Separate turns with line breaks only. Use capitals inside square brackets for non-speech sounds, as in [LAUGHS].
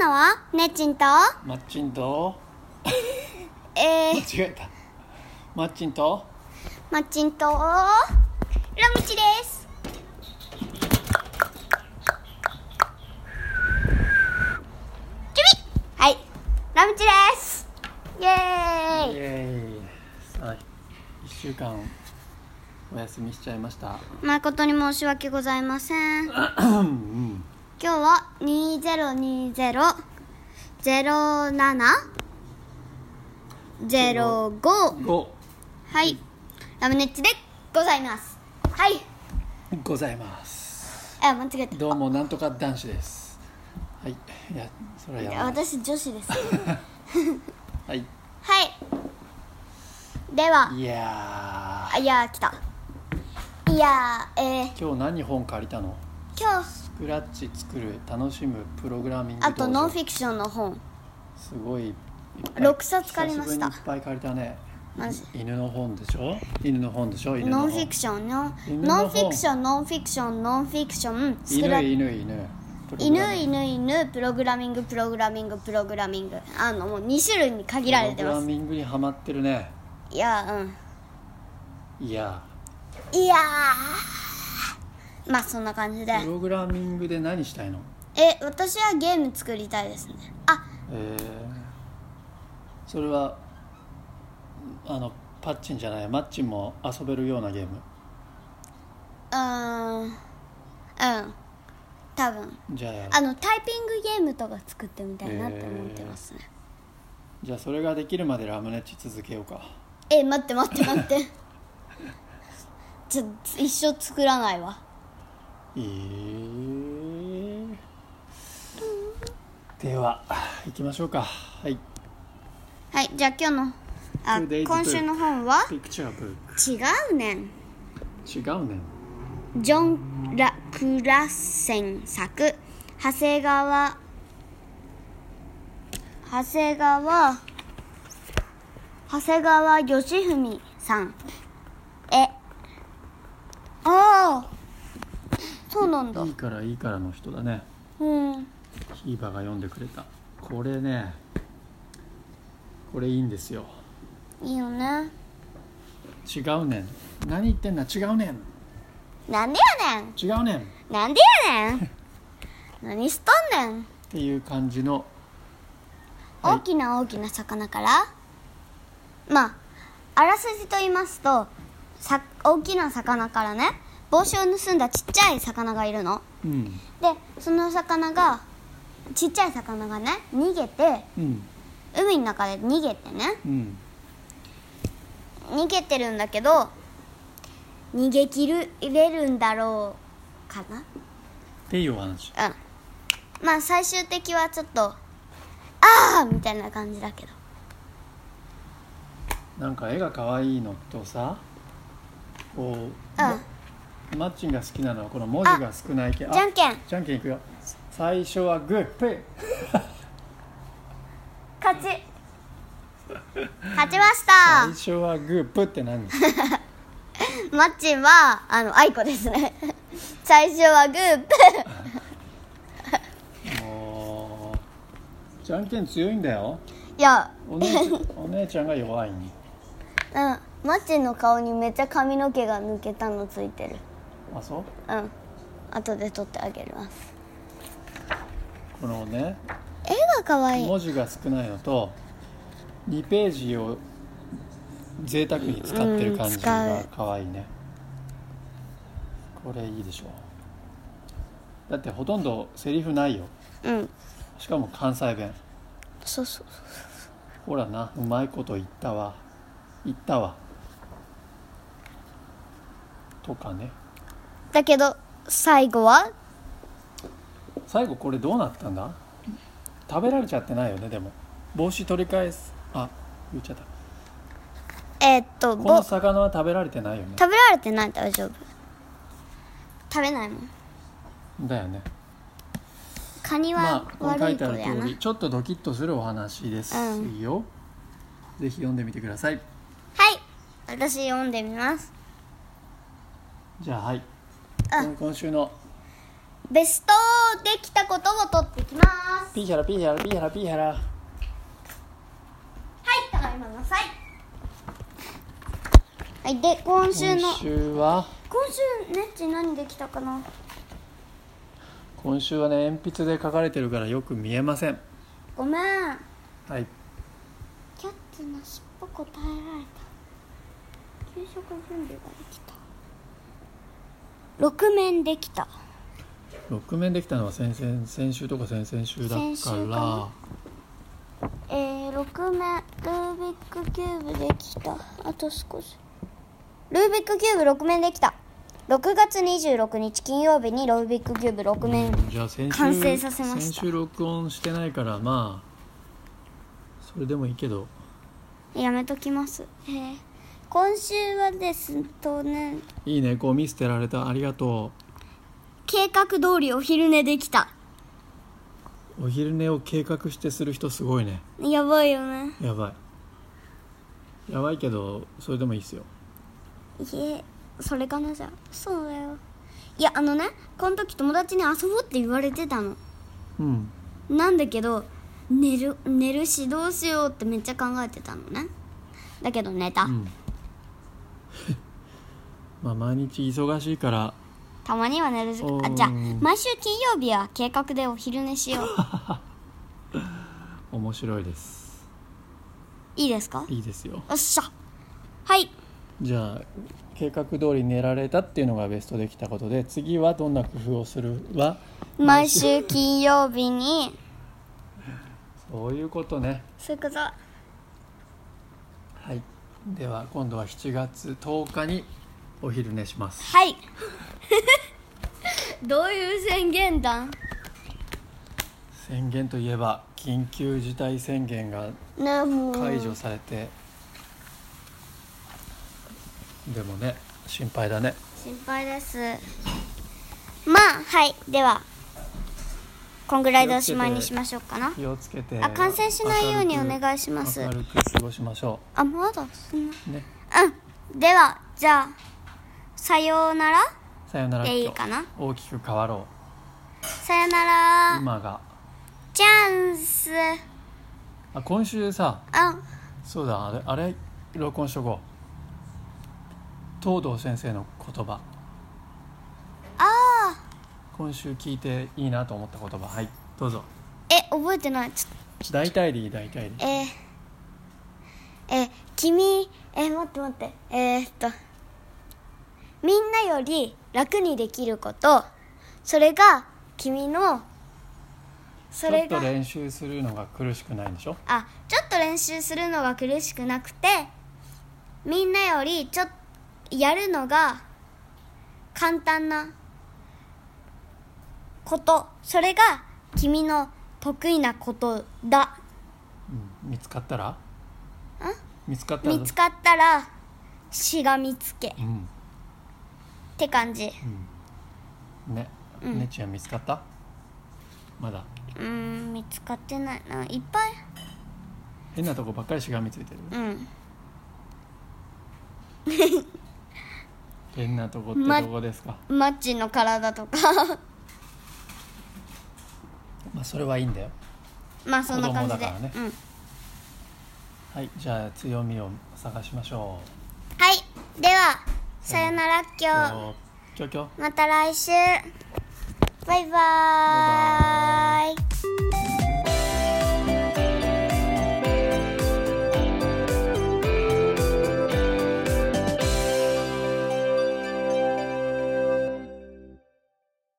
のはねっちんと
マッチンと
え
間
ー、
違えたマッチンと
まっちんとラムチです準備はいラムチですイ
イエ
エーイ
ーイさあ1週間お休みしちゃいました
誠に申し訳ございません今
うん
日は2020ゼロ七ゼロ五
ご
はいラムネッチでございますはい
ございます
あ間違えた
どうもなんとか男子ですはいいやそれはやばい
私女子です
はい
はい。では、
いや
あいやー、来た。いやー、えー、
ー今日何本借りたの
今日、
スクラッチ作る楽しむプログラミング
あと
道場
ノンフィクションの本。
すごいいっぱい
六冊借りました
久しぶりにいっぱい借りたね
マジ
犬の本でしょ犬の本でしょ犬の
ノ
本
ンフィクション、ノン
犬の
ノ
本
ンフィクション、ノンフィクション、ノンフィクション、スクラ
犬犬犬
犬、犬、犬、プログラミング、プログラミング、プログラミング。あの、もう2種類に限られて
プログ
ま
ラ
す。
ミングにハマってるね
いやー、うん。
いや
いやー。まあ、そんな感じで。
プログラミングで何したいの
え、私はゲーム作りたいですね。あ、
えー、それはあのパッチンじゃないマッチンも遊べるようなゲーム
うーんうん多分
じゃあ
あのタイピングゲームとか作ってみたいなって思ってますね
じゃあそれができるまでラムネッチ続けようか
え待って待って待って [LAUGHS] ちょ一生作らないわ
えー、では行きましょうかはい
はいじゃあ今日のあ
Two days
今週の本は
ピクチャーブ
違うねん
違うね
ジョン・ラクラッセン作長谷川長谷川長谷川義文さんえああそうなんだ
いいからいいからの人だね
うん
ヒーバが読んでくれたこれねこれいいんですよ
いいよね
違うねん何言ってんだ違うねん
なんでやねん
違うねんっ
なんでやねん何しとんねん
ていう感じのはい
大きな大きな魚からまああらすじと言いますとさ大きな魚からね帽子を盗んだちっちゃい魚がいるの
うん
でその魚がちっちゃい魚がね逃げて
うん
海の中で逃げてね
うん
逃げてるんだけど逃げ切るれるんだろうかな
っていうお話
うんまあ最終的はちょっとああみたいな感じだけど
なんか絵が可愛いのとさこう、
うん
マッチンが好きなのはこの文字が少ないけ
じゃんけん
じゃんけんいくよ最初はグーペー
勝ち勝ちました
最初はグープって何
マッチンはあの愛子ですね最初はグープ
もうじゃんけん強いんだよ
いや
お姉ちゃんお姉ちゃんが弱いに
うんマッチンの顔にめっちゃ髪の毛が抜けたのついてる
あそう
うん後で取ってあげます
このね
絵が可愛い
文字が少ないのと2ページを贅沢に使ってる感じ
うん使
が可愛いねこれいいでしょだってほとんどセリフないよ
うん
しかも関西弁
そうそう
ほらなうまいこと言ったわ言ったわとかね
だけど最後は
最後これどうなったんだ食べられちゃってないよねでも帽子取り返すあ言っちゃった
えーっと
この
ぼ食
魚は食べられてないよね
べられてない大丈夫食べないもん
だよね
カニ
まあ
は
こう書
悪
い
い
て
子
ある
だよな、
通りちょっとドキッとするお話ですよ、ぜひ読んでみてくださ
は
い
い私読んでみます
じゃあはい
うん
今週の
ベストできたことを取ってきます
ピーヒャラピーヒャラピーヒャラピーヒャラ
はい、ただいまなさい。はい、で、今週の。
今
今
週は
週、ネッチ何できたかな。
今週はね鉛筆で書かれてるからよく見えません
ごめん。
はい
キャッツの尻尾答えられた。給食準備ができた。六面できた。
6面できたのは先々先週とか先々週だ
先週か
か
なえー、六面、ルービックキューブできた。あと少し。ルービックキューブ六面できた。6月26日金曜日にルービックキューブ6
ら、
面
うんじゃあ先週
完成させました
先週録音してないからまあそれでもいいけど
やめときます。えー今週はですとね、
いいねゴミ捨てられたありがと
計画通りお昼寝できた。
うお昼寝を計画してする人すごいね
やばいよね。
やばいやばいけどそれでもいいっすよ
いえ、それかなじゃあ。そうだよ。いや、あのね、この時友達に遊ぼうって言われてたの。
うん
なんだけど、寝る、寝るしどうしようってめっちゃ考えてたのね。だけど寝た。
うん、 [LAUGHS] まあ毎日忙しいから
たまには寝る時間。
お
あ、
ー
じゃあ、毎週金曜日は計画でお昼寝しよう。
面白いです
いいですかよ
いいですよ
っしゃ。はい。
じゃあ計画通り寝られたっていうのがベストできたことで次はどんな工夫をするは
毎週金曜日に、
そういうことね
そういうこと。
はいでは今度は7月10日にお昼寝します
はい [LAUGHS] どういう宣言だ
宣言といえば緊急事態宣言が
ねもう
解除されて、でもね心配だね
心配ですまあはいではこんぐらいでおしまいにしましょうかな
気をつけて
あ感染しないようにお願いしま
ます明るく過ごしましょ
あまだそんな
うね
うんではじゃあさようなら
さよなら
でいいかな
今日大きく変わろ
さよな
う
ら
今が
チャンス
あ今週さ
あ
そうだあれあれ録音しとこう東堂先生の言葉
あ
今週聞いていいなと思った言葉はいどうぞ
ーえ覚えてないちょっと
大体でいい大体でいい
えー、えー君えー待って待ってえーっとみんなより楽にできることそれが君のそ
ちょ
れ
っと
が
練習するのが苦しくないんでしょ
あちょっと練習するのが苦しくなくてみんなよりちょっやるのが簡単なことそれが君の得意なことだ
うん見つかったら見つかったら
見つかったらしがみつけっ
うん
て感じ
ね、ねちゃん見つかったまだ
うーん見つかってないないっぱい
変なとこばっかりしがみついてる
うん
変なとこって
ま
どこですか、
マッチの体とか [LAUGHS]
まあ、それはいいんだよ
まあそんな感じで、
子供だ
う
か
んは
はいじゃあ強みを探しましょ
いではさよなら
う
今日
きょきょきょ
また来週バイバ
バ
イ